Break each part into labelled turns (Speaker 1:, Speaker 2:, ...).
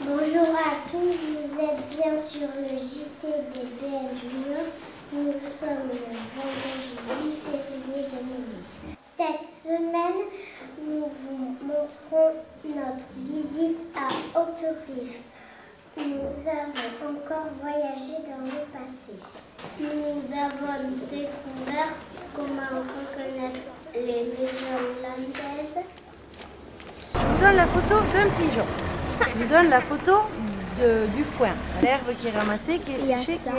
Speaker 1: Bonjour à tous, vous êtes bien sur le JT des BL Nous sommes le vendredi 8 février 2008. Cette semaine, nous vous montrons notre visite à Autorive. Nous avons encore voyagé dans le passé. Nous avons découvert comment reconnaître les maisons landaises.
Speaker 2: Je lui donne la photo d'un pigeon. Je lui donne la photo de- du foin, l'herbe qui est ramassée, qui est
Speaker 1: Il y a
Speaker 2: séchée, qui
Speaker 1: ça.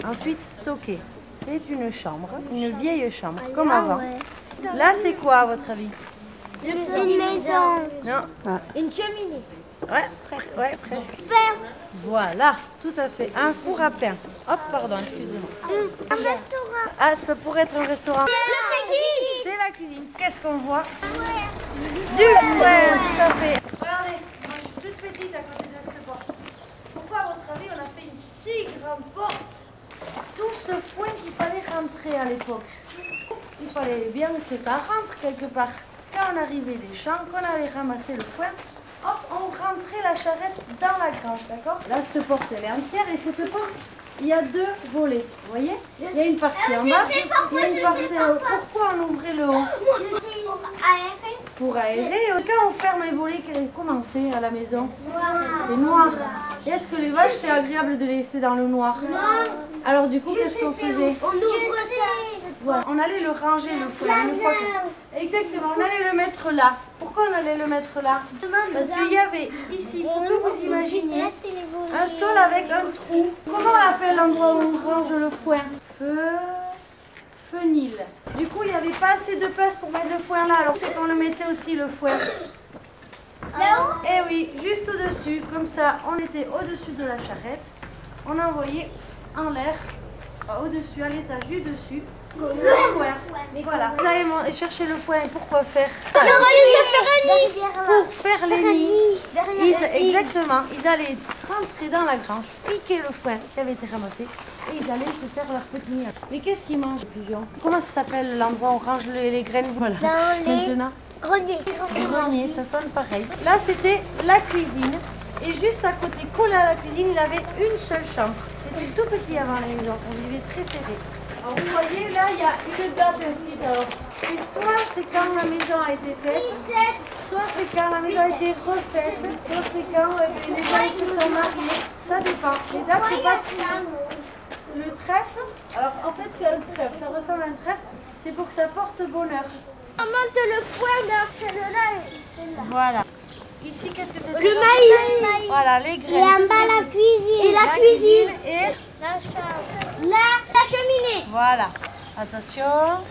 Speaker 2: est ensuite stockée. C'est une chambre, une vieille chambre,
Speaker 1: Ah,
Speaker 2: comme
Speaker 1: là,
Speaker 2: avant.
Speaker 1: ouais.
Speaker 2: Là, c'est quoi à votre avis
Speaker 1: Une maison.
Speaker 2: Non
Speaker 1: Ah. Une cheminée.
Speaker 2: Ouais, presque. Ouais, presque. Voilà, tout à fait. Un four à pain. Hop, pardon, excusez-moi.
Speaker 1: Un restaurant.
Speaker 2: Ah, ça pourrait être un restaurant.
Speaker 1: La cuisine.
Speaker 2: C'est la cuisine. Qu'est-ce qu'on voit Du foin, tout à fait. Regardez, moi je suis toute petite à côté de cette porte. Pourquoi, à votre avis, on a fait une si grande porte Tout ce foin qu'il fallait rentrer à l'époque. Il fallait bien que ça rentre quelque part. Quand on arrivait des champs, qu'on allait ramasser le foin, hop, on rentrait la charrette dans la grange, d'accord Là, cette porte, elle est entière et cette porte, il y a deux volets, vous voyez Il y a une partie en bas, il y a une partie en haut. Pourquoi on ouvrait le haut
Speaker 1: Je sais pour aérer.
Speaker 2: pour aérer. Quand on ferme les volets, qu'est- comment c'est à la maison
Speaker 1: Voilà.
Speaker 2: C'est noir. Et Est-ce que les vaches, c'est agréable de les laisser dans le noir Alors du coup, qu'est-ce qu'on faisait
Speaker 1: On ouvre ça.
Speaker 2: Voilà, On allait le ranger le foin. Une fois que- Exactement, on allait le mettre là. Pourquoi on allait le mettre là Parce qu'il y avait ici, il faut que vous imaginiez, un sol avec un trou. Comment on appelle l'endroit où on range le foin Feu... Fenil. Du coup, il n'y avait pas assez de place pour mettre le foin là, alors c'est qu'on le mettait aussi le foin.
Speaker 1: Là-haut
Speaker 2: Eh oui, juste au-dessus, comme ça, on était au-dessus de la charrette. On envoyait en l'air, euh, au-dessus, à l'étage du dessus, le foin. Voilà. Vous allez mon- chercher le foin et pourquoi faire
Speaker 1: se faire
Speaker 2: Pour Ah. faire les nids. Ils-
Speaker 1: Derrière
Speaker 2: exactement. Ils allaient rentrer dans la grange, piquer le foin qui avait été ramassé et ils allaient se faire leur petit nid. Mais qu'est-ce qu'ils mangent, les pigeons Comment ça s'appelle l'endroit où on range les, les graines Voilà.
Speaker 1: Dans les-
Speaker 2: Maintenant.
Speaker 1: Grenier.
Speaker 2: grenier, ça sonne pareil. Là, c'était la cuisine. Et juste à côté, collé à la cuisine, il avait une seule chambre. C'était tout petit avant la maison. On vivait très serré. Alors, vous voyez, là, il y a une date inscrite. Alors, c'est soit c'est quand la maison a été faite, soit c'est quand la maison a été refaite, soit c'est quand euh, les gens ils se sont mariés. Ça dépend. Les dates, c'est pas le trèfle. Alors, en fait, c'est un trèfle. Ça ressemble à un trèfle. C'est pour que ça porte bonheur.
Speaker 1: On monte le foin dans celle-là et celle-là.
Speaker 2: Voilà. Ici, qu'est-ce que c'était
Speaker 1: Le maïs.
Speaker 2: Voilà, les graines.
Speaker 1: Et en
Speaker 2: tout
Speaker 1: bas
Speaker 2: ça.
Speaker 1: la cuisine. Et
Speaker 2: La cuisine. Et
Speaker 1: La chambre. La, la cheminée.
Speaker 2: voilà. Attention.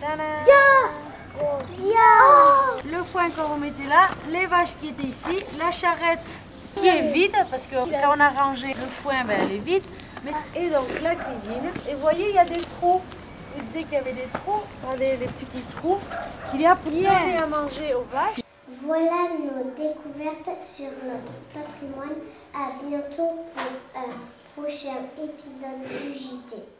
Speaker 2: Tadam. Oh,
Speaker 1: Oh.
Speaker 2: Le foin qu'on remettait là, les vaches qui étaient ici, la charrette qui est vide, parce que quand on a rangé le foin, ben, elle est vide. Mais- Et donc la cuisine. Et vous voyez, il y a des trous. Et dès qu'il y avait des trous, regardez les petits trous qu'il y a pour donner à manger aux vaches.
Speaker 1: Voilà nos découvertes sur notre patrimoine. À bientôt pour un prochain épisode du JT.